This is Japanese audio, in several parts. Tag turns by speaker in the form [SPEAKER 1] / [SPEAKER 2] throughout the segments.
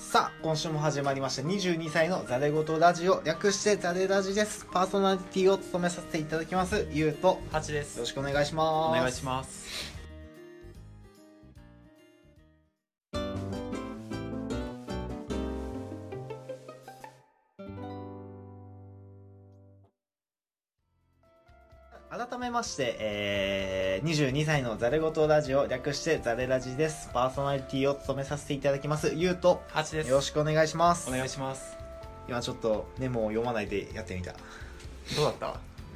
[SPEAKER 1] さあ、今週も始まりました22歳のザレ言ラジオ、略してザレラジです。パーソナリティを務めさせていただきます、ゆうと、よ
[SPEAKER 2] ハチです
[SPEAKER 1] ろ。しくお願いしま
[SPEAKER 2] お
[SPEAKER 1] す。
[SPEAKER 2] 願いします。
[SPEAKER 1] 改めまして、えー、22歳のザレ言ラジオ、略してザレラジです。パーソナリティを務めさせていただきます、ゆうと、
[SPEAKER 2] ハチです。
[SPEAKER 1] よろしくお願いします。
[SPEAKER 2] お願いします。
[SPEAKER 1] 今ちょっとメモを読まないでやってみた。
[SPEAKER 2] どうだった？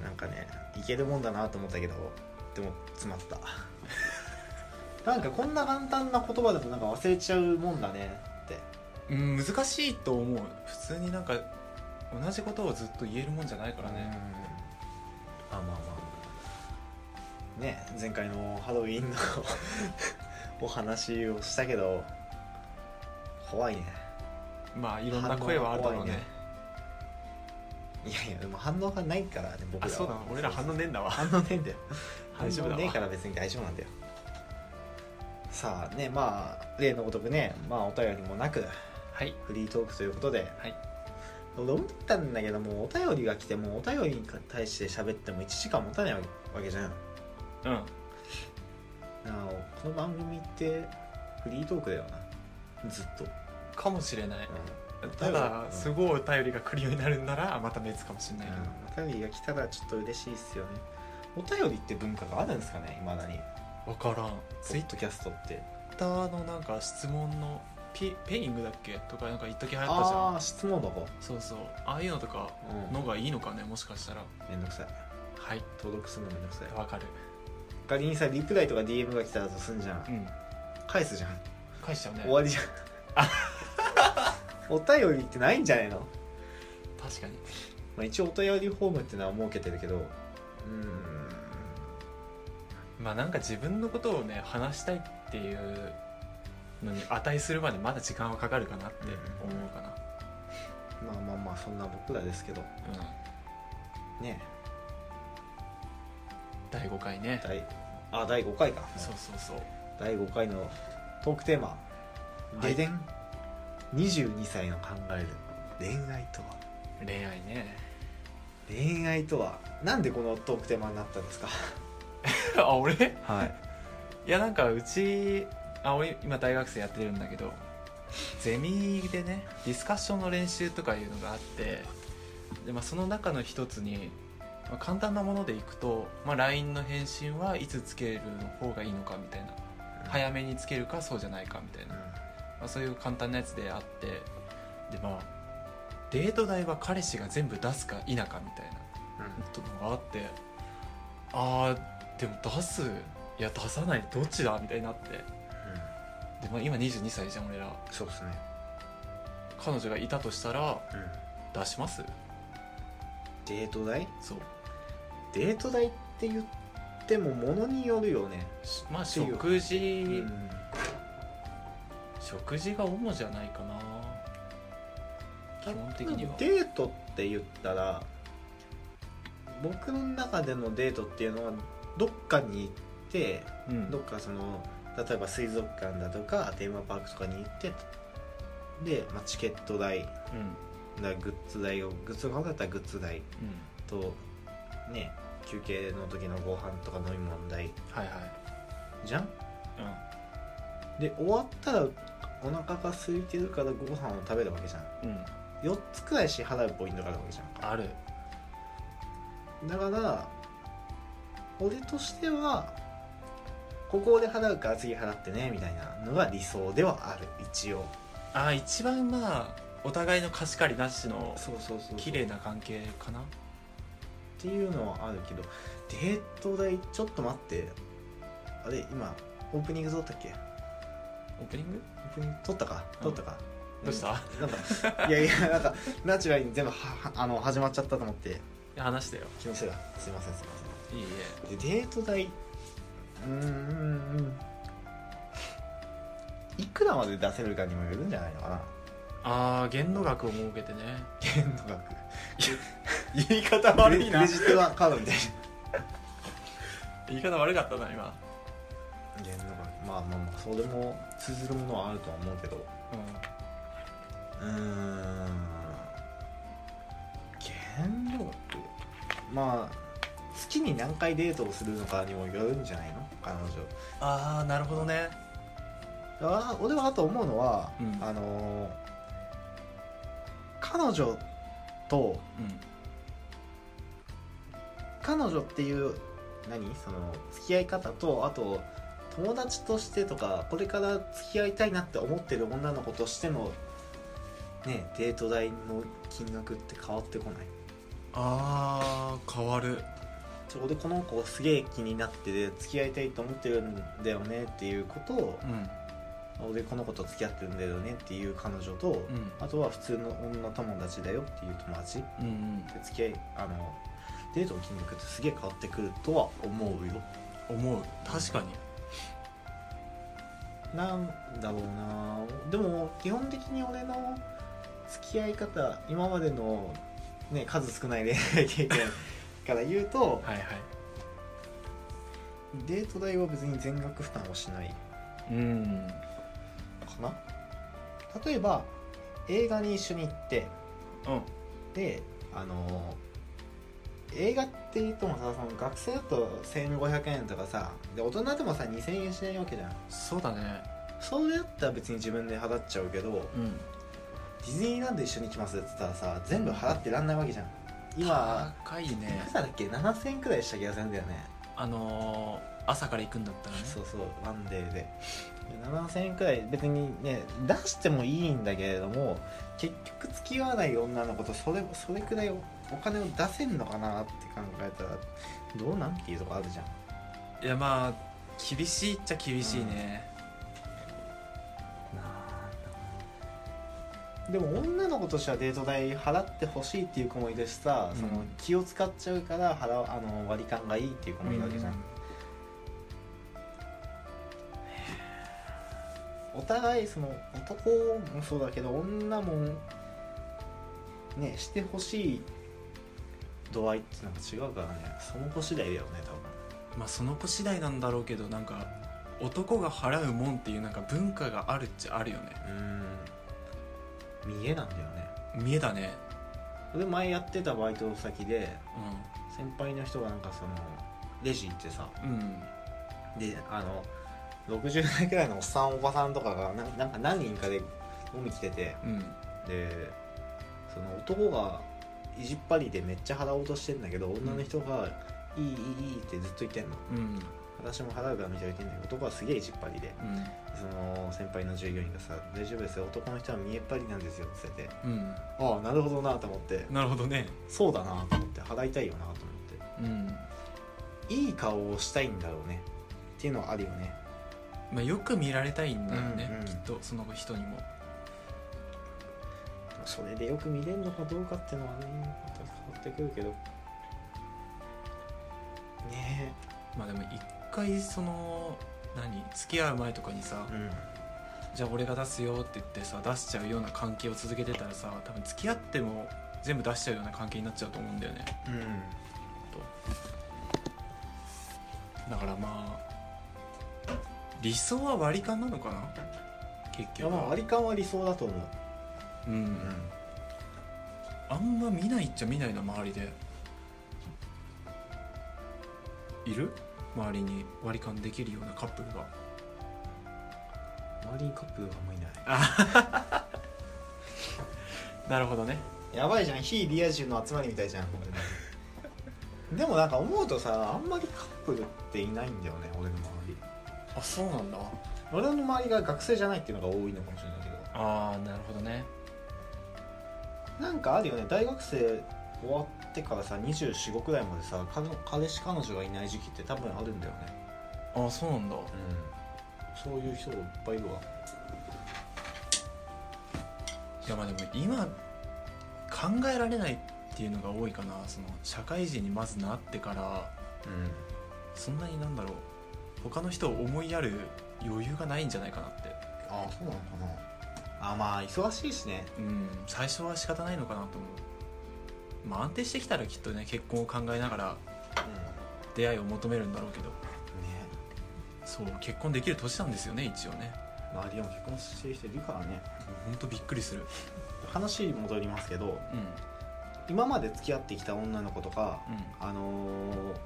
[SPEAKER 1] なんかね、いけるもんだなと思ったけど、でも、詰ま った。なんかこんな簡単な言葉だとなんか忘れちゃうもんだねって。
[SPEAKER 2] うん難しいと思う。普通になんか同じことをずっと言えるもんじゃないからね。
[SPEAKER 1] うんあまあまあね前回のハロウィンの お話をしたけど怖いね
[SPEAKER 2] まあいろんな声はあるだろうね。
[SPEAKER 1] いやいやでも反応がないからね僕ら
[SPEAKER 2] あ
[SPEAKER 1] は
[SPEAKER 2] そうだな。俺ら反応ねえんだわ。
[SPEAKER 1] 反応ねえんだよ
[SPEAKER 2] 大丈夫
[SPEAKER 1] 反応
[SPEAKER 2] だわ
[SPEAKER 1] ねえから別に大丈夫なんだよさあねまあ例のごとくねまあお便りもなく
[SPEAKER 2] はい
[SPEAKER 1] フリートークということで
[SPEAKER 2] はい。
[SPEAKER 1] 俺思ったんだけどもうお便りが来てもうお便りに対して喋っても1時間持たないわけじゃん
[SPEAKER 2] うん。
[SPEAKER 1] なあこの番組ってフリートークだよなずっと、
[SPEAKER 2] かもしれない。
[SPEAKER 1] うん
[SPEAKER 2] ただ
[SPEAKER 1] うん
[SPEAKER 2] すごいお便りが来るようになるんならまた別かもしれないけど。
[SPEAKER 1] うんお便りが来たらちょっと嬉しいっすよねお便りって文化があるんですかねいまだに
[SPEAKER 2] わからん。
[SPEAKER 1] ツ
[SPEAKER 2] ツ
[SPEAKER 1] イ
[SPEAKER 2] イ
[SPEAKER 1] ートキャストって
[SPEAKER 2] ッターのなんか質問のピペイングだっけとかなんか一時流行ったじゃ
[SPEAKER 1] あ
[SPEAKER 2] ん。
[SPEAKER 1] あー質問箱
[SPEAKER 2] そうそう。ああいうのとか
[SPEAKER 1] うん
[SPEAKER 2] のがいいのかねもしかしたら。
[SPEAKER 1] めんどくさい
[SPEAKER 2] はい。
[SPEAKER 1] 登録するのめんどくさい
[SPEAKER 2] わかる。
[SPEAKER 1] 仮にさリプライとか DM が来たらとすんじゃ
[SPEAKER 2] うんん。
[SPEAKER 1] 返すじゃん
[SPEAKER 2] 返しちゃうね。
[SPEAKER 1] 終わりじ ゃんお便りってないんじゃないの
[SPEAKER 2] 確かに。
[SPEAKER 1] まあ、一応お便りフォームってのは設けてるけどうーん
[SPEAKER 2] まあなんか自分のことをね話したいっていうのに値するまでまだ時間はかかるかなって思うかな、
[SPEAKER 1] まあまあまあそんな僕らですけど
[SPEAKER 2] うん
[SPEAKER 1] ね
[SPEAKER 2] 第5回ね
[SPEAKER 1] 第あ第5回か
[SPEAKER 2] そうそうそう
[SPEAKER 1] 第5回のトークテーマ「
[SPEAKER 2] い
[SPEAKER 1] ででん、22歳の考える恋愛とは
[SPEAKER 2] 恋愛ね
[SPEAKER 1] 恋愛とはなんでこのトークテーマになったんですか
[SPEAKER 2] あ俺
[SPEAKER 1] はい
[SPEAKER 2] いやなんかうちあ俺今大学生やってるんだけどゼミでねディスカッションの練習とかいうのがあってで、まあ、その中の一つに、まあ、簡単なものでいくと、まあ、LINE の返信はいつつける方がいいのかみたいな
[SPEAKER 1] はい、
[SPEAKER 2] 早めにつけるかそうじゃないかみたいなまあ、そういう簡単なやつであってでまあデート代は彼氏が全部出すか否かみたいな
[SPEAKER 1] うん
[SPEAKER 2] とのがあってあーでも出すいや出さないどっちだみたいになってで、まあ、今22歳じゃん俺ら
[SPEAKER 1] そうですね、
[SPEAKER 2] 彼女がいたとしたら
[SPEAKER 1] うん、
[SPEAKER 2] 出します
[SPEAKER 1] デート代
[SPEAKER 2] そう
[SPEAKER 1] デート代って言ってもものによるよね、
[SPEAKER 2] しまあ
[SPEAKER 1] っていう
[SPEAKER 2] 食事、
[SPEAKER 1] うん、
[SPEAKER 2] 食事が主じゃないかな基本的には
[SPEAKER 1] デートって言ったら僕の中でのデートっていうのはどっかに行って
[SPEAKER 2] うん
[SPEAKER 1] どっかその例えば水族館だとかテーマパークとかに行ってで、まあ、チケット代
[SPEAKER 2] うん
[SPEAKER 1] だグッズ代をグッズの方だったらグッズ代
[SPEAKER 2] うん
[SPEAKER 1] とね休憩の時のご飯とか飲み物代
[SPEAKER 2] はいはい
[SPEAKER 1] じゃんで終わったらお腹が空いてるからご飯を食べるわけじゃん
[SPEAKER 2] うんうん
[SPEAKER 1] 4つくらい支払うポイントがあるわけじゃんか
[SPEAKER 2] ある
[SPEAKER 1] だから俺としてはここで払うから次払ってねみたいなのが理想ではある一応
[SPEAKER 2] あー一番まあお互いの貸し借りなしの
[SPEAKER 1] そうそうそう
[SPEAKER 2] 綺麗な関係かな
[SPEAKER 1] っていうのはあるけどデート代ちょっと待ってあれ今オープニング撮ったっけオ
[SPEAKER 2] オープニング
[SPEAKER 1] ープニング撮ったか
[SPEAKER 2] うん
[SPEAKER 1] 撮ったか、
[SPEAKER 2] どうした
[SPEAKER 1] うんなんかいやいやなんかナチュラルに全部ははあの始まっちゃったと思って
[SPEAKER 2] いや話してよ
[SPEAKER 1] 気のせいだすいませんすいません
[SPEAKER 2] いい
[SPEAKER 1] でデート代うーんいくらまで出せるかにもよるんじゃないのかな
[SPEAKER 2] えああ限度額を設けてね
[SPEAKER 1] 限度額
[SPEAKER 2] 言い方
[SPEAKER 1] クレクレジットカードみたい
[SPEAKER 2] 言い方悪かったな今
[SPEAKER 1] な限度額まあまあまあそれも通ずるものはあるとは思うけど
[SPEAKER 2] うん
[SPEAKER 1] うーん限度額まあ月に何回デートをするのかにもよるんじゃないの彼女
[SPEAKER 2] ああなるほどね
[SPEAKER 1] あ俺はあと思うのは、
[SPEAKER 2] うん
[SPEAKER 1] あのー彼女と
[SPEAKER 2] うん
[SPEAKER 1] 彼女っていう何その付き合い方とあと友達としてとかこれから付き合いたいなって思ってる女の子としてのねデート代の金額って変わってこない
[SPEAKER 2] ああ変わる
[SPEAKER 1] ちょ俺この子すげえ気になってて付き合いたいと思ってるんだよねっていうことを
[SPEAKER 2] うん
[SPEAKER 1] 俺この子と付き合ってるんだよねっていう彼女と、
[SPEAKER 2] うん
[SPEAKER 1] あとは普通の女友達だよっていう友達で
[SPEAKER 2] うんうん
[SPEAKER 1] 付き合いあのデートの金額ってすげえ変わってくるとは思うよ
[SPEAKER 2] 思う確かに
[SPEAKER 1] なんだろうなでも基本的に俺の付き合い方今までの、ね、数少ない恋愛経験から言うと
[SPEAKER 2] はいはい
[SPEAKER 1] デート代は別に全額負担はしない
[SPEAKER 2] うん
[SPEAKER 1] かな例えば映画に一緒に行って
[SPEAKER 2] うん
[SPEAKER 1] であの映画って言ってもさその学生だと1500円とかさで大人でもさ2000円しないわけじゃん
[SPEAKER 2] そうだね
[SPEAKER 1] それだったら別に自分で払っちゃうけど
[SPEAKER 2] うん
[SPEAKER 1] ディズニーランド一緒に行きますって言ったらさ全部払ってらんないわけじゃん今
[SPEAKER 2] 高い
[SPEAKER 1] い
[SPEAKER 2] ね
[SPEAKER 1] くらだっけ7000円くらいした気がするんだよね
[SPEAKER 2] あのー朝から行くんだったらね
[SPEAKER 1] そうそうワンデーで7000円くらい別にね出してもいいんだけれども結局付き合わない女の子とそれそれくらいお金を出せんのかなって考えたらどうなんっていうとこあるじゃん
[SPEAKER 2] いやまあ厳しいっちゃ厳しいね、
[SPEAKER 1] でも女の子としてはデート代払ってほしいっていう子もいるしさ、
[SPEAKER 2] うん
[SPEAKER 1] その気を使っちゃうから払うあの割り勘がいいっていう子もいるわけじゃん、お互いその男もそうだけど女もねしてほしい度合いっていうのが違うからねその子次第だよね
[SPEAKER 2] まあその子次第なんだろうけどなんか男が払うもんっていうなんか文化があるっちゃあるよね
[SPEAKER 1] 多分うーん見えなんだよね
[SPEAKER 2] 見えだね
[SPEAKER 1] 俺前やってたバイト先で
[SPEAKER 2] う
[SPEAKER 1] 先輩の人がなんかそのレジ行ってさ
[SPEAKER 2] んうん
[SPEAKER 1] であの60代くらいのおっさんおばさんとかがななんか何人かで飲み来てて
[SPEAKER 2] うん
[SPEAKER 1] でその男が意地っ張りでめっちゃ払おうとしてんだけど女の人が「いいいいいい」ってずっと言ってんの
[SPEAKER 2] うん
[SPEAKER 1] 私も払うからみたいな言ってんだけど男はすげえ意地っ張りで
[SPEAKER 2] うん
[SPEAKER 1] その先輩の従業員がさ「大丈夫ですよ男の人は見えっ張りなんですよ」って言ってて
[SPEAKER 2] うん
[SPEAKER 1] ああなるほどなと思って
[SPEAKER 2] なるほどね
[SPEAKER 1] そうだなと思って払いたいよなと思っ
[SPEAKER 2] うん
[SPEAKER 1] ていい顔をしたいんだろうねっていうのはあるよね
[SPEAKER 2] まあよく見られたいんだよね、
[SPEAKER 1] うんうん
[SPEAKER 2] きっとその人に
[SPEAKER 1] で
[SPEAKER 2] も
[SPEAKER 1] もそれでよく見れるのかどうかっていうのはねまた変わってくるけどね
[SPEAKER 2] まあでも一回その何付き合う前とかにさ
[SPEAKER 1] え、うん
[SPEAKER 2] じゃあ俺が出すよって言ってさ出しちゃうような関係を続けてたらさ多分付き合っても全部出しちゃうような関係になっちゃうと思うんだよね
[SPEAKER 1] うん
[SPEAKER 2] だからまあ理想は割り勘なのかな結
[SPEAKER 1] いや
[SPEAKER 2] 局
[SPEAKER 1] まあ
[SPEAKER 2] は
[SPEAKER 1] 割り勘は理想だと思う、
[SPEAKER 2] うん、あんま見ないっちゃ見ないな周りでいる周りに割り勘できるようなカップルが
[SPEAKER 1] 周りにカップルはあんまいない
[SPEAKER 2] なるほどね
[SPEAKER 1] やばいじゃん非リア充の集まりみたい じゃんこれでもなんか思うとさあんまりカップルっていないんだよね俺の周り
[SPEAKER 2] あそうなんだ
[SPEAKER 1] 俺の周りが学生じゃないっていうのが多いのかもしれないけど
[SPEAKER 2] ああなるほどね
[SPEAKER 1] なんかあるよね大学生終わってからさ245くらいまでさ彼彼氏彼女がいない時期って多分あるんだよね
[SPEAKER 2] ああそうなんだ
[SPEAKER 1] そういう人がいっぱいいるわ
[SPEAKER 2] いやまあでも今考えられないっていうのが多いかなその社会人にまずなってから
[SPEAKER 1] うん
[SPEAKER 2] そんなになんだろう他の人を思いやる余裕がないんじゃないかなって
[SPEAKER 1] ああそうなのかなあまあ忙しいしね
[SPEAKER 2] うん最初は仕方ないのかなと思うまあ安定してきたらきっとね結婚を考えながら
[SPEAKER 1] う
[SPEAKER 2] 出会いを求めるんだろうけど
[SPEAKER 1] んね
[SPEAKER 2] そう結婚できる年なんですよね一応ね
[SPEAKER 1] 周りでも結婚してる人いるからね
[SPEAKER 2] ほんとびっくりする
[SPEAKER 1] 話戻りますけど
[SPEAKER 2] うん
[SPEAKER 1] 今まで付き合ってきた女の子とか
[SPEAKER 2] うん
[SPEAKER 1] あのー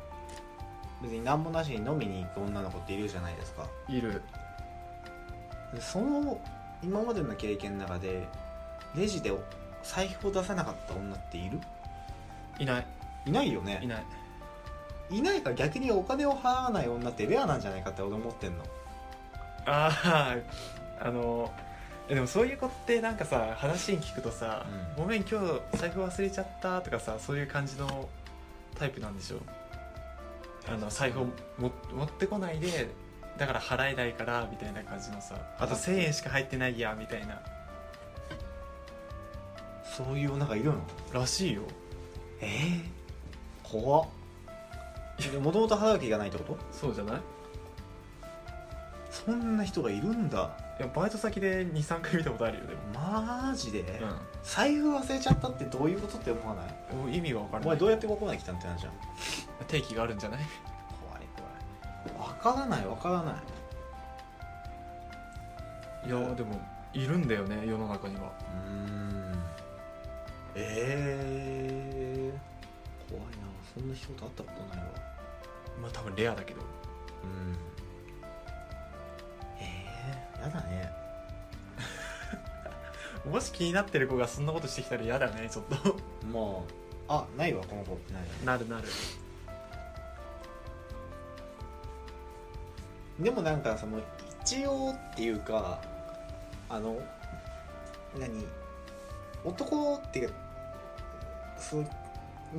[SPEAKER 1] 別に何もなしに飲みに行く女の子っているじゃないですか
[SPEAKER 2] いる
[SPEAKER 1] でその今までの経験の中でレジでお財布を出さなかった女っている
[SPEAKER 2] いない
[SPEAKER 1] いないよね
[SPEAKER 2] いない
[SPEAKER 1] いないから逆にお金を払わない女ってレアなんじゃないかって俺思ってんの
[SPEAKER 2] あああのえでもそういう子ってなんかさ話に聞くとさ「
[SPEAKER 1] うん
[SPEAKER 2] ごめん今日財布忘れちゃった」とかさそういう感じのタイプなんでしょあの財布をも持ってこないでだから払えないからみたいな感じのさあと1000円しか入ってないやみたいな
[SPEAKER 1] そういう女がいるの
[SPEAKER 2] らしいよ
[SPEAKER 1] ええ怖っもともと払う気がないってこと
[SPEAKER 2] そうじゃない
[SPEAKER 1] そんな人がいるんだ
[SPEAKER 2] いやバイト先で23回見たことあるよでも
[SPEAKER 1] マジで、
[SPEAKER 2] うん
[SPEAKER 1] 財布忘れちゃったってどういうことって思わない
[SPEAKER 2] もう意味が分か
[SPEAKER 1] お
[SPEAKER 2] らな
[SPEAKER 1] 前
[SPEAKER 2] い
[SPEAKER 1] どうやってここまで来たんってなるじゃん
[SPEAKER 2] 定期があるんじゃない
[SPEAKER 1] 怖い怖いわからないわからない
[SPEAKER 2] いやでもいるんだよね世の中には
[SPEAKER 1] うーんえー、怖いなそんな人と会ったことないわ
[SPEAKER 2] まあ多分レアだけど
[SPEAKER 1] うんえー、やだね
[SPEAKER 2] もし気になってる子がそんなことしてきたら嫌だねちょっと
[SPEAKER 1] もうあないわこの子ってない
[SPEAKER 2] なるなる
[SPEAKER 1] でもなんかその一応っていうかあの何男っていうそう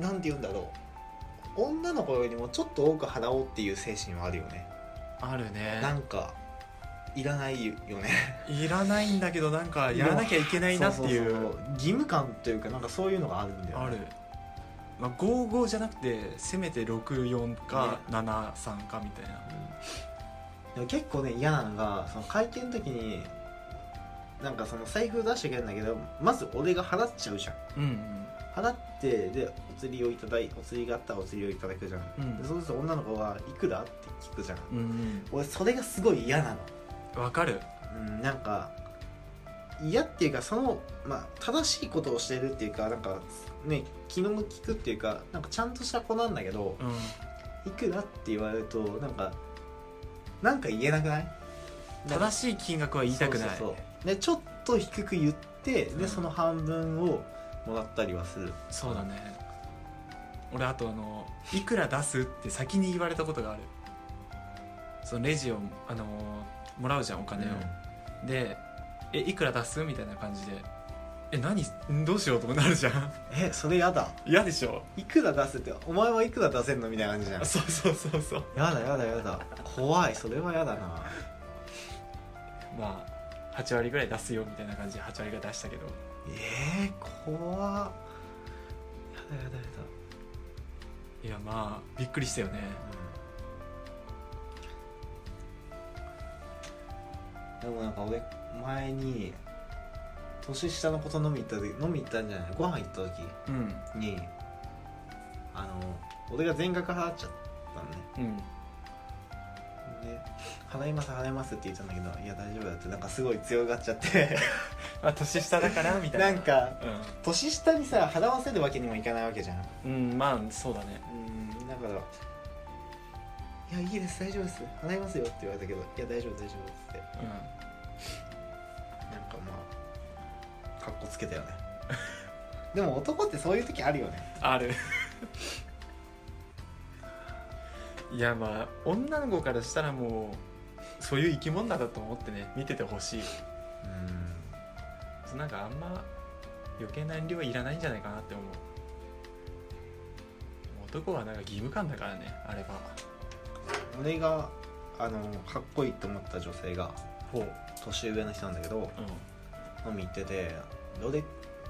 [SPEAKER 1] なんて言うんだろう女の子よりもちょっと多く払おうっていう精神はあるよね
[SPEAKER 2] あるね
[SPEAKER 1] なんかいらないよね
[SPEAKER 2] いらないんだけどなんかやらなきゃいけないなっていう
[SPEAKER 1] そそそ義務感というかなんかそういうのがあるんだよね、
[SPEAKER 2] ある、まあ、55じゃなくてせめて64か73かみたいな、
[SPEAKER 1] うんでも結構ね嫌なのがその会見の時になんかその財布出してくれるんだけどまず俺が払っちゃうじゃん
[SPEAKER 2] うん
[SPEAKER 1] 払ってでお釣りをいただいお釣りがあったらお釣りをいただくじゃん、
[SPEAKER 2] うん
[SPEAKER 1] でそうすると女の子が「いくら?」って聞くじゃん、
[SPEAKER 2] うんうん
[SPEAKER 1] 俺それがすごい嫌なの、
[SPEAKER 2] うんわかる
[SPEAKER 1] うん、なんか嫌っていうかその、まあ、正しいことをしてるっていうかなんかね気の利くっていうかなんかちゃんとした子なんだけど
[SPEAKER 2] うん
[SPEAKER 1] 「いくら?」って言われるとなんかなんか言えなくない
[SPEAKER 2] 正しい金額は言いたくない
[SPEAKER 1] そうそうそうでちょっと低く言ってで、
[SPEAKER 2] うん
[SPEAKER 1] その半分をもらったりはする
[SPEAKER 2] そうだね俺あとあの「いくら出す?」って先に言われたことがあるそのレジをあのもらうじゃんお金を、で「えいくら出す?」みたいな感じで「え何んどうしよう?」とかなるじゃん
[SPEAKER 1] えそれやだ
[SPEAKER 2] 嫌でしょ
[SPEAKER 1] いくら出せってお前はいくら出せんのみたいな感じじゃん
[SPEAKER 2] そうそうそうそう
[SPEAKER 1] やだやだやだ怖いそれはやだな
[SPEAKER 2] まあ8割ぐらい出すよみたいな感じで8割ぐらい出したけど
[SPEAKER 1] えー、怖っやだやだや
[SPEAKER 2] いやまあびっくりしたよね
[SPEAKER 1] だ、うん、でもなんか俺前に年下の子と飲み行った時飲み行ったんじゃないご飯行った時
[SPEAKER 2] うん
[SPEAKER 1] にあの俺が全額払っちゃったのね
[SPEAKER 2] うん
[SPEAKER 1] で「払います払います」って言ったんだけど「いや大丈夫だ」ってなんかすごい強がっちゃって
[SPEAKER 2] あ年下だからみたいな
[SPEAKER 1] なんか年下にさ払わせるわけにもいかないわけじゃん
[SPEAKER 2] うん、うん、まあそうだね
[SPEAKER 1] うんだから「いやいいです大丈夫です払いますよ」って言われたけど「いや大丈夫大丈夫」っつってな
[SPEAKER 2] う
[SPEAKER 1] んかまあかっこつけたよ ねでも男ってそういう時あるよね
[SPEAKER 2] んある いやまあ女の子からしたらもうそういう生き物だと思ってね見ててほしい
[SPEAKER 1] うん
[SPEAKER 2] なんかあんま余計な遠慮はいらないんじゃないかなって思う男はなんか義務感だからねあれば
[SPEAKER 1] 俺があのかっこいいと思った女性が
[SPEAKER 2] ほう
[SPEAKER 1] 年上の人なんだけど
[SPEAKER 2] うん
[SPEAKER 1] 飲み行ってて俺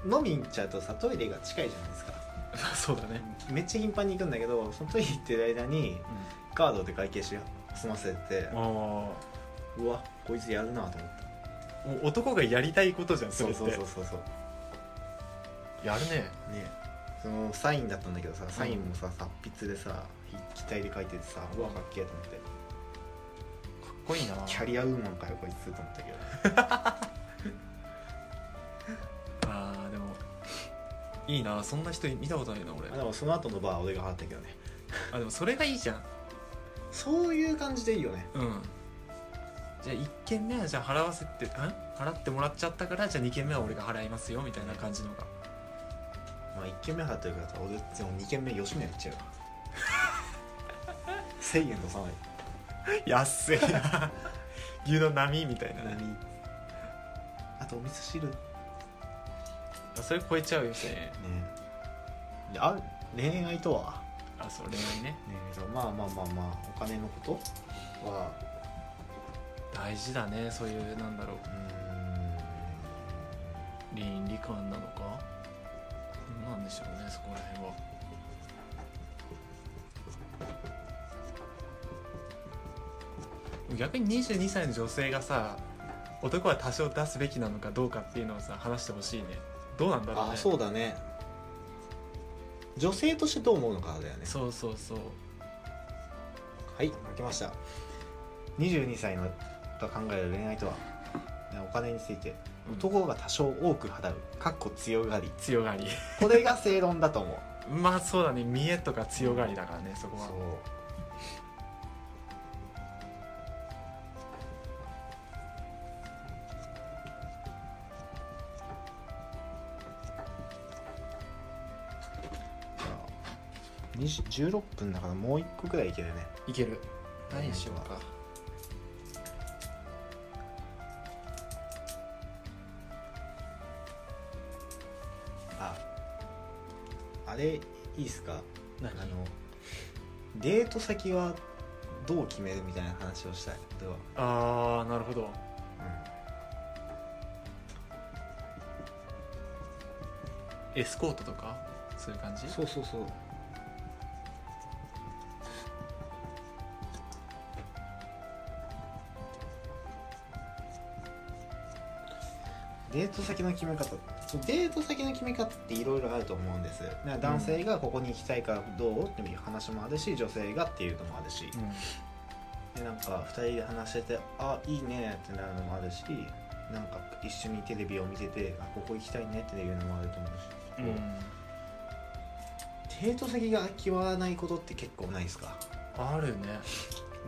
[SPEAKER 1] 飲み行っちゃうとさトイレが近いじゃないですか
[SPEAKER 2] まあ そうだね
[SPEAKER 1] めっちゃ頻繁に行くんだけどそのトイレ行ってる間に
[SPEAKER 2] うん
[SPEAKER 1] カードで会計し済ませて
[SPEAKER 2] あ
[SPEAKER 1] うわこいつやるなと思った
[SPEAKER 2] あもう男がやりたいことじゃんそ
[SPEAKER 1] そう
[SPEAKER 2] れって
[SPEAKER 1] そうそうそうそう
[SPEAKER 2] やるね
[SPEAKER 1] ねそのサインだったんだけどさサインもさ達筆でさ筆記体で書いててさうわかっけえと思って
[SPEAKER 2] かっこいいな
[SPEAKER 1] キャリアウーマンかよこいつと思ったけど
[SPEAKER 2] あーでいいなそんな人見たことないな俺
[SPEAKER 1] あでもその後のバーは俺が払ったけどね
[SPEAKER 2] あでもそれがいいじゃん
[SPEAKER 1] そういう感じでいいよね
[SPEAKER 2] うんじゃあ1軒目はじゃあ払わせてん払ってもらっちゃったからじゃあ2軒目は俺が払いますよみたいな感じのが
[SPEAKER 1] まあ1軒目払ってるからさ俺でも2軒目吉野やっちゃう わ1000円出さない
[SPEAKER 2] 安いな牛丼並みみたいなね
[SPEAKER 1] 何あとお味噌汁ね
[SPEAKER 2] それ超えちゃうよね
[SPEAKER 1] であ恋愛とは
[SPEAKER 2] あそう恋愛ね
[SPEAKER 1] ねまあまあまあまあお金のことは
[SPEAKER 2] 大事だねそういうなんだろう
[SPEAKER 1] うーん
[SPEAKER 2] 倫理観なのかどうなんでしょうねそこら辺は逆に22歳の女性がさ男は多少出すべきなのかどうかっていうのをさ話してほしいねどうなんだろうね
[SPEAKER 1] あそうだね女性としてどう思うのかだよね
[SPEAKER 2] そうそうそう
[SPEAKER 1] はい書きました22歳のが考える恋愛とはねお金について男が多少多く払うかっこ強がり
[SPEAKER 2] 強がり
[SPEAKER 1] これが正論だと思う
[SPEAKER 2] まあそうだね見栄とか強がりだからねそこは
[SPEAKER 1] そう20 16分だからもう1個ぐらいいけるね
[SPEAKER 2] いける何しようか
[SPEAKER 1] ああれいいっすか
[SPEAKER 2] 何
[SPEAKER 1] あのデート先はどう決めるみたいな話をしたいでは、
[SPEAKER 2] あーなるほどエスコートとかそういう感じ
[SPEAKER 1] そうそうそうデート先の決め方そうデート先の決め方っていろいろあると思うんですだから男性がここに行きたいからどうっていう話もあるし女性がっていうのもあるし、
[SPEAKER 2] うん
[SPEAKER 1] でなんか2人で話してて「あいいね」ってなるのもあるしなんか一緒にテレビを見てて「あここ行きたいね」っていうのもあると思うし、
[SPEAKER 2] うん、
[SPEAKER 1] デート先が決まらないことって結構ないですか
[SPEAKER 2] あるね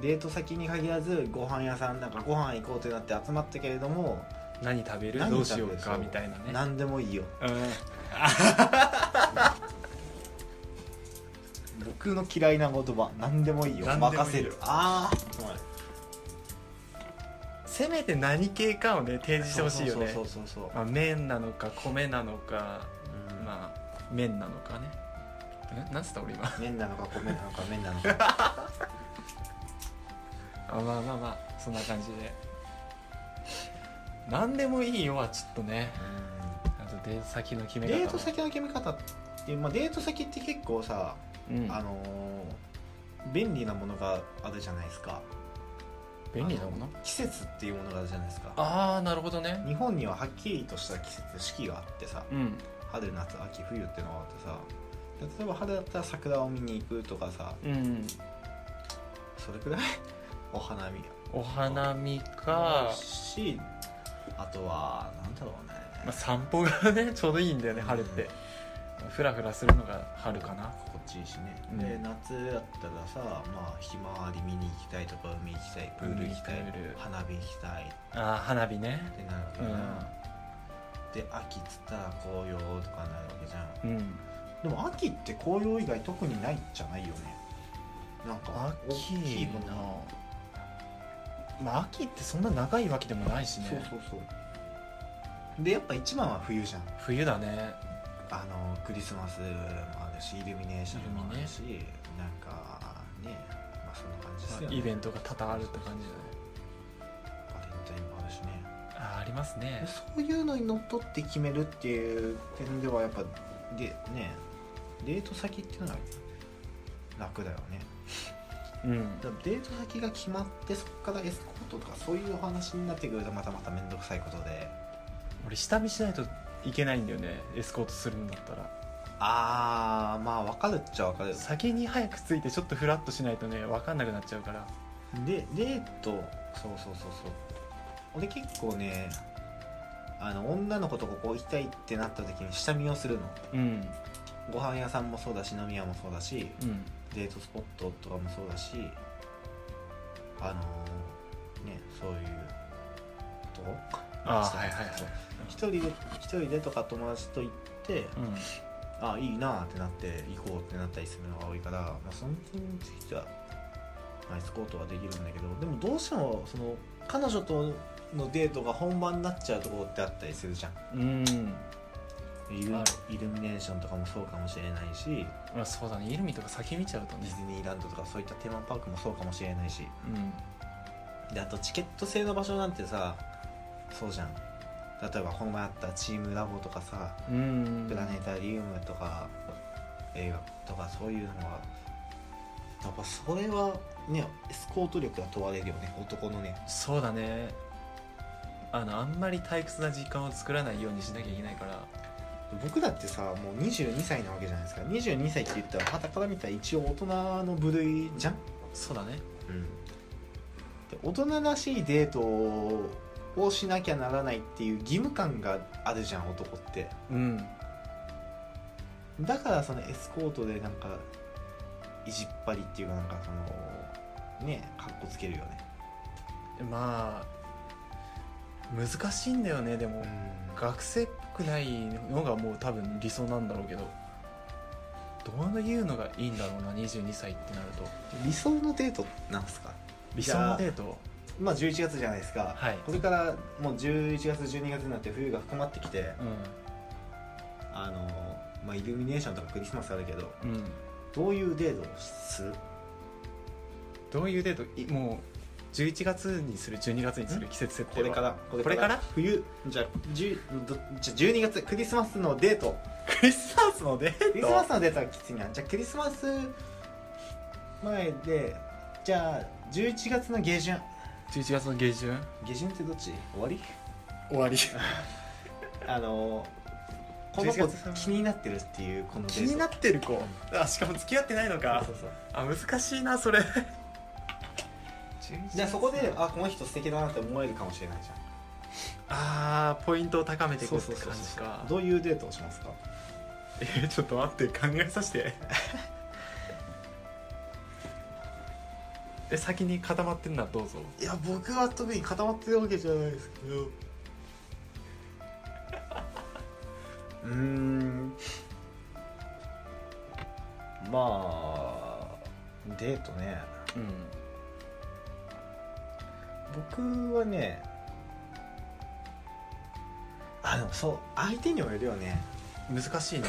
[SPEAKER 1] デート先に限らずご飯屋さんなんかご飯行こうってなって集まったけれども
[SPEAKER 2] 何食べる
[SPEAKER 1] 何
[SPEAKER 2] どうしよう
[SPEAKER 1] 食べ
[SPEAKER 2] か
[SPEAKER 1] る
[SPEAKER 2] みたいなね
[SPEAKER 1] 何でもいいよ
[SPEAKER 2] うん
[SPEAKER 1] 僕の嫌いな言葉何でもいいよ
[SPEAKER 2] 何でもいいよ
[SPEAKER 1] 任せるああはい
[SPEAKER 2] せめて何系かをね提示してほしいよね
[SPEAKER 1] そうそうそうそう
[SPEAKER 2] まあ、麺なのか米なのか、
[SPEAKER 1] うん
[SPEAKER 2] まあ麺なのかねえなんつった俺今
[SPEAKER 1] 麺なのか米なのか麺なのか
[SPEAKER 2] あまあまあまあそんな感じで何でもいいよはちょっとねあとデート先の決
[SPEAKER 1] うん
[SPEAKER 2] め方
[SPEAKER 1] デ
[SPEAKER 2] も
[SPEAKER 1] ート先の決め方って、まあ、デート先って結構さ
[SPEAKER 2] うん
[SPEAKER 1] あのー便利なものがあるじゃないですか
[SPEAKER 2] 便利なも
[SPEAKER 1] あ
[SPEAKER 2] の
[SPEAKER 1] の季節っていうものがあるじゃないですか
[SPEAKER 2] ああなるほどね
[SPEAKER 1] 日本にははっきりとした季節四季があってさ
[SPEAKER 2] うん
[SPEAKER 1] 春夏秋冬ってのがあってさ例えば春だったら桜を見に行くとかさ
[SPEAKER 2] うん
[SPEAKER 1] それくらい お花見
[SPEAKER 2] お花見か、
[SPEAKER 1] しあとはなんだろうね、
[SPEAKER 2] まあ、散歩がね ちょうどいいんだよね春ってふらふらするのが春かな
[SPEAKER 1] こっちいいしね、
[SPEAKER 2] うん
[SPEAKER 1] で夏だったらさまあひまわり見に行きたいとか海行きたいプール行きたい
[SPEAKER 2] 海行きたいプール
[SPEAKER 1] 花火行きたいっ
[SPEAKER 2] あー花火ね
[SPEAKER 1] てなるわけ
[SPEAKER 2] う
[SPEAKER 1] じゃん、
[SPEAKER 2] ん
[SPEAKER 1] で秋っつったら紅葉とかになるわけじゃん
[SPEAKER 2] うん
[SPEAKER 1] でも秋って紅葉以外特にないじゃないよねなんか大き
[SPEAKER 2] 秋
[SPEAKER 1] いもの
[SPEAKER 2] なまあ秋ってそんな長いわけでもないしね
[SPEAKER 1] そうそうそうでやっぱ一番は冬じゃん
[SPEAKER 2] 冬だね
[SPEAKER 1] あのクリスマスもあるしイルミネーションもあるし、なんかねまあそんな感じですよね
[SPEAKER 2] イベントが多々あるって感じ
[SPEAKER 1] バレンタインもあるしね
[SPEAKER 2] だねあーありますね
[SPEAKER 1] でそういうのにのっとって決めるっていう点ではやっぱでねデート先っていうのは楽だよね
[SPEAKER 2] うん
[SPEAKER 1] だからデート先が決まってそこからエスコートとかそういうお話になってくるとまたまた面倒くさいことで
[SPEAKER 2] 俺下見しないといけないんだよねエスコートするんだったら
[SPEAKER 1] あーまあ分かるっちゃ分かる
[SPEAKER 2] 先に早く着いてちょっとフラッとしないとね分かんなくなっちゃうから
[SPEAKER 1] でデートそうそうそうそう俺結構ねあの女の子とここ行きたいってなった時に下見をするの
[SPEAKER 2] うん
[SPEAKER 1] ご飯屋さんもそうだし飲み屋もそうだし
[SPEAKER 2] うん
[SPEAKER 1] デートスポットとかもそうだしあのーねそういうとこ
[SPEAKER 2] あーはいはいはい
[SPEAKER 1] 一人で一人でとか友達と行って
[SPEAKER 2] うん
[SPEAKER 1] あいいなってなって行こうってなったりするのが多いから、まあ、その点についてはナイスコートはできるんだけどでもどうしてもその彼女とのデートが本番になっちゃうところってあったりするじゃん
[SPEAKER 2] うん
[SPEAKER 1] イル
[SPEAKER 2] あ
[SPEAKER 1] イルミネーションとかもそうかもしれないし
[SPEAKER 2] まあそうだねイルミとか先見ちゃうと
[SPEAKER 1] デ
[SPEAKER 2] ね
[SPEAKER 1] ィズニーランドとかそういったテーマパークもそうかもしれないし
[SPEAKER 2] うん
[SPEAKER 1] であとチケット制の場所なんてさそうじゃん例えばこの前あったチームラボとかさ
[SPEAKER 2] うん
[SPEAKER 1] プラネタリウムとか映画とかそういうのはやっぱそれはねエスコート力が問われるよね男のね
[SPEAKER 2] そうだねあのあんまり退屈な時間を作らないようにしなきゃいけないから
[SPEAKER 1] 僕だってさもう22歳なわけじゃないですか22歳って言ったらはたから見たら一応大人の部類じゃん、
[SPEAKER 2] そうだね
[SPEAKER 1] で大人らしいデートをしなきゃならないっていう義務感があるじゃん男って
[SPEAKER 2] うん
[SPEAKER 1] だからそのエスコートでなんか意地っ張りっていうかなんかそのねかっこつけるよね
[SPEAKER 2] まあ難しいんだよねでも、学生っぽくないのがもう多分理想なんだろうけどどういうのがいいんだろうな22歳ってなると
[SPEAKER 1] 理想のデートなんですか
[SPEAKER 2] 理想のデート
[SPEAKER 1] まあ11月じゃないですか、
[SPEAKER 2] はい
[SPEAKER 1] これからもう11月12月になって冬が深まってきてあのまあイルミネーションとかクリスマスあるけど
[SPEAKER 2] うん、うん、
[SPEAKER 1] どういうデートをする
[SPEAKER 2] どういうデートいもう11月にする12月にする季節設定
[SPEAKER 1] こ
[SPEAKER 2] は
[SPEAKER 1] れからこ
[SPEAKER 2] これから
[SPEAKER 1] 冬じゃあ10どじゃあ12月クリスマスのデート
[SPEAKER 2] クリスマスのデート
[SPEAKER 1] クリスマスのデートはきついなじゃあクリスマス前でじゃあ11月の下旬
[SPEAKER 2] 11月の下旬
[SPEAKER 1] 下旬ってどっち終わり
[SPEAKER 2] 終わり
[SPEAKER 1] あのこの子
[SPEAKER 2] 11月の
[SPEAKER 1] 気になってるっていうこのデート
[SPEAKER 2] 気になってる子あしかも付き合ってないのか
[SPEAKER 1] そうそうそう
[SPEAKER 2] あ難しいなそれ
[SPEAKER 1] じゃあそこであこの人素敵だなって思えるかもしれないじゃん
[SPEAKER 2] あーポイントを高めていくって感じ
[SPEAKER 1] そう
[SPEAKER 2] か
[SPEAKER 1] どういうデートをしますか
[SPEAKER 2] えーちょっと待って考えさせ てえ先に固まってんなどうぞ
[SPEAKER 1] いや僕は特に固まってるわけじゃないですけ どうーんまあデートね
[SPEAKER 2] うん
[SPEAKER 1] 僕はねあでもそう相手にもよるよね
[SPEAKER 2] 難しいね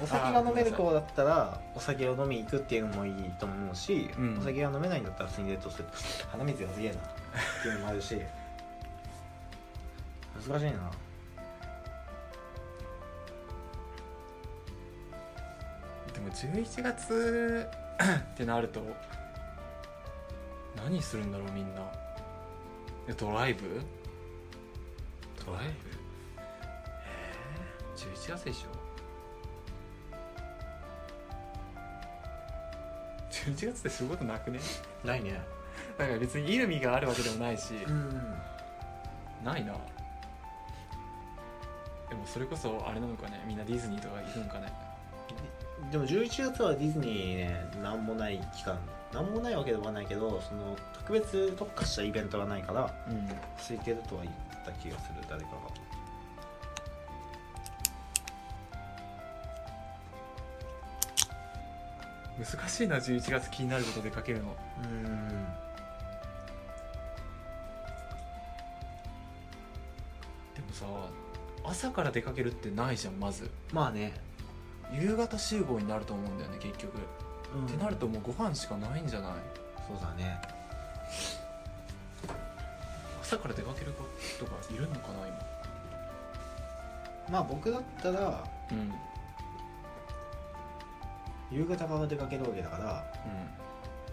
[SPEAKER 1] おお酒が飲める子だったらお酒を飲みに行くっていうのもいいと思うし、
[SPEAKER 2] うん
[SPEAKER 1] お酒が飲めないんだったら普通にデートする鼻水がすげえなっていうのもあるし難しいな
[SPEAKER 2] でも11月 ってなると何するんだろうみんなえドライブドライブえー、11月でしょ11月ってすることなくね
[SPEAKER 1] ないね
[SPEAKER 2] なんか別にイルミがあるわけでもないし
[SPEAKER 1] うん
[SPEAKER 2] ないなでもそれこそあれなのかねみんなディズニーとか行くのかね
[SPEAKER 1] でも11月はディズニーねなんもない期間なんもないわけではないけどその特別特化したイベントがないから
[SPEAKER 2] うん
[SPEAKER 1] 空いてるとは言った気がする誰かが
[SPEAKER 2] 難しいな11月気になること出かけるの
[SPEAKER 1] うん
[SPEAKER 2] でもさ朝から出かけるってないじゃんまず
[SPEAKER 1] まあね、
[SPEAKER 2] 夕方集合になると思うんだよね結局、
[SPEAKER 1] うん
[SPEAKER 2] ってなるともうご飯しかないんじゃない
[SPEAKER 1] そうだね
[SPEAKER 2] 朝から出かける子とかいるのかな
[SPEAKER 1] まあ僕だったら
[SPEAKER 2] 今うんうん
[SPEAKER 1] 夕方から出かけるわけだから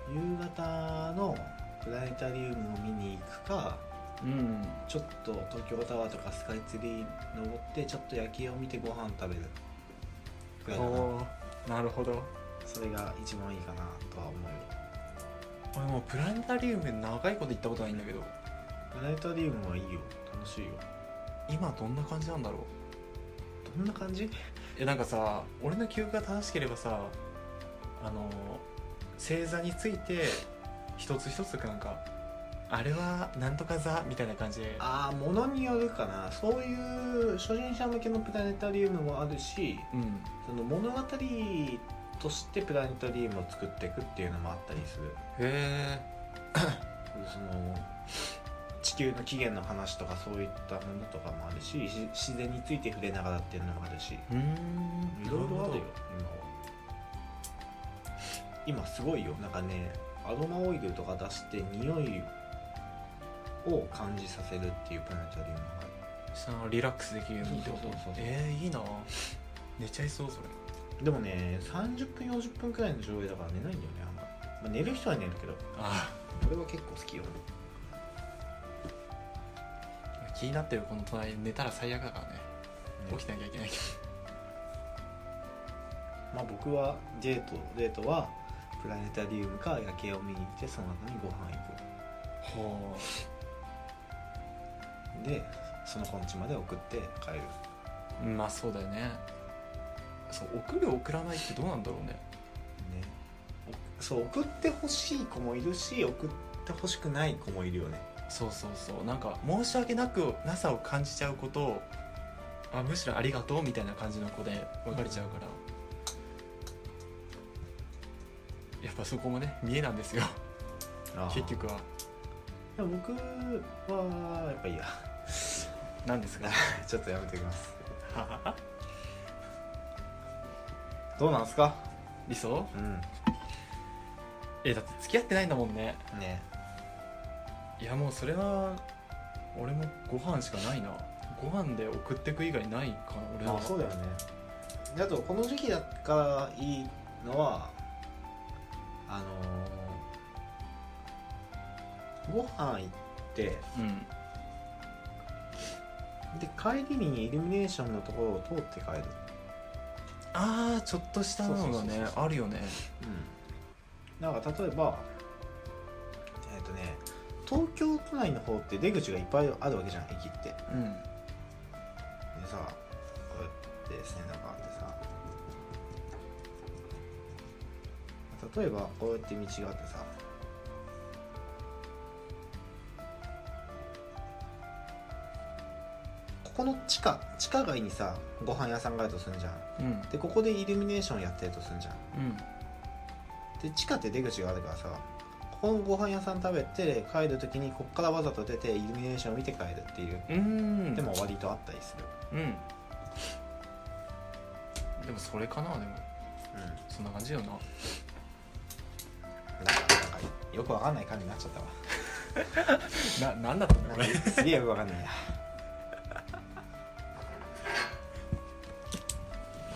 [SPEAKER 1] 夕方のプラネタリウムを見に行くか
[SPEAKER 2] うん
[SPEAKER 1] ちょっと東京タワーとかスカイツリー登ってちょっと夜景を見てご飯食べるくらいかな
[SPEAKER 2] おーなるほど
[SPEAKER 1] それが一番いいかなとは思うよ
[SPEAKER 2] 俺もうプラネタリウム長いこと行ったことないんだけど
[SPEAKER 1] プラネタリウムはいいよ楽しいよ
[SPEAKER 2] 今どんな感じなんだろう
[SPEAKER 1] どんな感じ
[SPEAKER 2] いやなんかさ俺の記憶が正しければさあの星座について一つ一つなんかあれはなんとか座みたいな感じで
[SPEAKER 1] ああものによるかなそういう初心者向けのプラネタリウムもあるし
[SPEAKER 2] うん
[SPEAKER 1] その物語としてプラネタリウムを作っていくっていうのもあったりする
[SPEAKER 2] へ
[SPEAKER 1] その地球の起源の話とかそういったものとかもあるしし自然について触れながらっていうのもあるしい
[SPEAKER 2] えうん
[SPEAKER 1] ろいろあるよ今は今すごいよなんかねアロマオイルとか出して匂いを感じさせるっていうプラネタリウムがある
[SPEAKER 2] そのリラックスできるようにってこと
[SPEAKER 1] そうそうそうそう
[SPEAKER 2] えー、いいな寝ちゃいそうそれ
[SPEAKER 1] でもね30分40分くらいの上映だから寝ないんだよねあんまり、まあ、寝る人は寝るけど
[SPEAKER 2] あ
[SPEAKER 1] 俺は結構好きよ
[SPEAKER 2] あ気になってるこの隣寝たら最悪だからね
[SPEAKER 1] ね
[SPEAKER 2] 起きなきゃいけないけ
[SPEAKER 1] まあ、僕はデートデートはプラネタリウムか夜景を見に行ってその後にご飯行
[SPEAKER 2] どほ
[SPEAKER 1] くでその子ん家まで送って帰る
[SPEAKER 2] うまあそうだよねそう送る送らないってどうなんだろうね
[SPEAKER 1] ねおそう送ってほしい子もいるし送ってほしくない子もいるよね
[SPEAKER 2] そうそうそうなんか申し訳なくなさを感じちゃうことをあむしろありがとうみたいな感じの子で別れちゃうから、やっぱそこもね見えなんですよ結局は
[SPEAKER 1] でも僕はやっぱいいや
[SPEAKER 2] 何ですか
[SPEAKER 1] ちょっとやめておきます
[SPEAKER 2] は
[SPEAKER 1] どうなんすか
[SPEAKER 2] 理想
[SPEAKER 1] うん
[SPEAKER 2] えだって付き合ってないんだもんね
[SPEAKER 1] ね
[SPEAKER 2] いやもうそれは俺もご飯しかないなご飯で送ってく以外ないかな俺は
[SPEAKER 1] あそうだよねであとこの時期だからいいのはあのーご飯行って
[SPEAKER 2] うん
[SPEAKER 1] で帰りにイルミネーションのところを通って帰る、
[SPEAKER 2] ああちょっとしたの
[SPEAKER 1] そう
[SPEAKER 2] が
[SPEAKER 1] そうそう
[SPEAKER 2] ね
[SPEAKER 1] そ
[SPEAKER 2] あるよね
[SPEAKER 1] なんか例えばえっ、とね東京都内の方って出口がいっぱいあるわけじゃん駅ってで
[SPEAKER 2] うん
[SPEAKER 1] さこうやって背中あってさ例えばこうやって道があってさここの地下地下街にさご飯屋さんがあるとするじゃん
[SPEAKER 2] うん
[SPEAKER 1] でここでイルミネーションやってるとするじゃん
[SPEAKER 2] うん
[SPEAKER 1] で地下って出口があるからさここのご飯屋さん食べて帰る時にこっからわざと出てイルミネーション見て帰るっていう
[SPEAKER 2] うーん
[SPEAKER 1] でも割とあったりする、
[SPEAKER 2] うんでもそれかなで
[SPEAKER 1] う
[SPEAKER 2] も
[SPEAKER 1] ん、
[SPEAKER 2] そんな感じよな
[SPEAKER 1] なんかなんかよくわかんない感じになっちゃったわ
[SPEAKER 2] な何だったんだ
[SPEAKER 1] な
[SPEAKER 2] こ
[SPEAKER 1] んか
[SPEAKER 2] れ
[SPEAKER 1] すげえよくわかんないや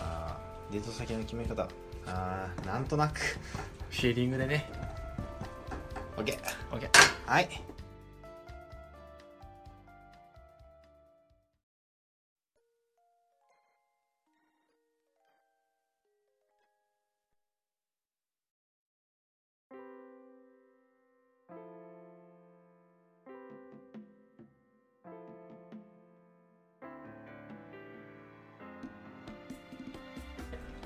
[SPEAKER 1] あーデート先の決め方あーなんとなく
[SPEAKER 2] フィーリングでね
[SPEAKER 1] OK
[SPEAKER 2] OK
[SPEAKER 1] はい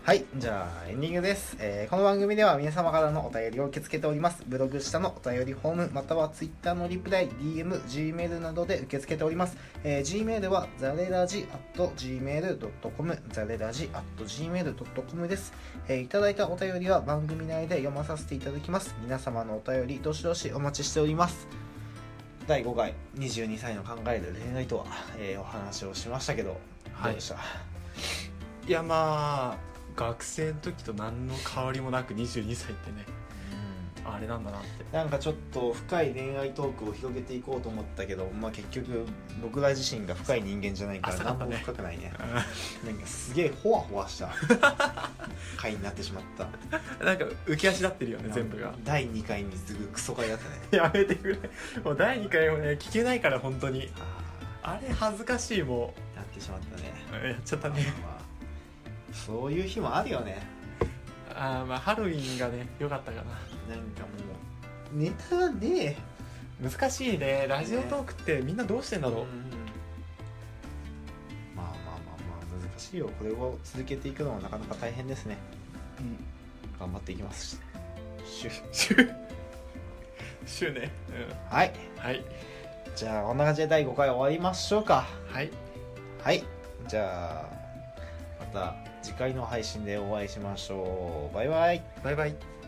[SPEAKER 1] はい、じゃあエンディングです、えーこの番組では皆様からのお便りを受け付けております。ブログ下のお便りフォーム、または Twitter のリプライ、DM、Gmail などで受け付けております。えー Gmail はザレラジ .gmail.com、ザレラジ .gmail.com です、えーいただいたお便りは番組内で読まさせていただきます。皆様のお便り、どしどしお待ちしております。第5回、22歳の考える恋愛とは、えーお話をしましたけど、
[SPEAKER 2] はい
[SPEAKER 1] どうでした
[SPEAKER 2] いやまあ学生の時と何の変わりもなく22歳ってねあれなんだなって
[SPEAKER 1] なんかちょっと深い恋愛トークを広げていこうと思ったけど、まあ、結局僕ら自身が深い人間じゃないから
[SPEAKER 2] 浅かっ
[SPEAKER 1] 何
[SPEAKER 2] た
[SPEAKER 1] も
[SPEAKER 2] ね
[SPEAKER 1] 深くないねなんかすげえホワホワした 回になってしまった
[SPEAKER 2] なんか浮き足立ってるよね全部が
[SPEAKER 1] 第2回に次ぐクソ回だったね
[SPEAKER 2] やめてくれもう第2回もね聞けないから本当に
[SPEAKER 1] あ
[SPEAKER 2] あれ恥ずかしいも
[SPEAKER 1] あなってしまったね
[SPEAKER 2] うやっちゃった
[SPEAKER 1] ま
[SPEAKER 2] ね
[SPEAKER 1] あまあそういう日もあるよね
[SPEAKER 2] ああまあハロウィンがね良かったかな
[SPEAKER 1] なんかもうネタがねえ
[SPEAKER 2] 難しいねラジオトークってみんなどうしてんだろう、
[SPEAKER 1] うん治療これを続けていくのはなかなか大変ですね
[SPEAKER 2] うん
[SPEAKER 1] 頑張っていきます
[SPEAKER 2] シュシュシュね、
[SPEAKER 1] はいう
[SPEAKER 2] はい
[SPEAKER 1] じゃあこんな感じで第5回終わりましょうか
[SPEAKER 2] はい
[SPEAKER 1] はいじゃあまた次回の配信でお会いしましょうバイバイ
[SPEAKER 2] バイバイ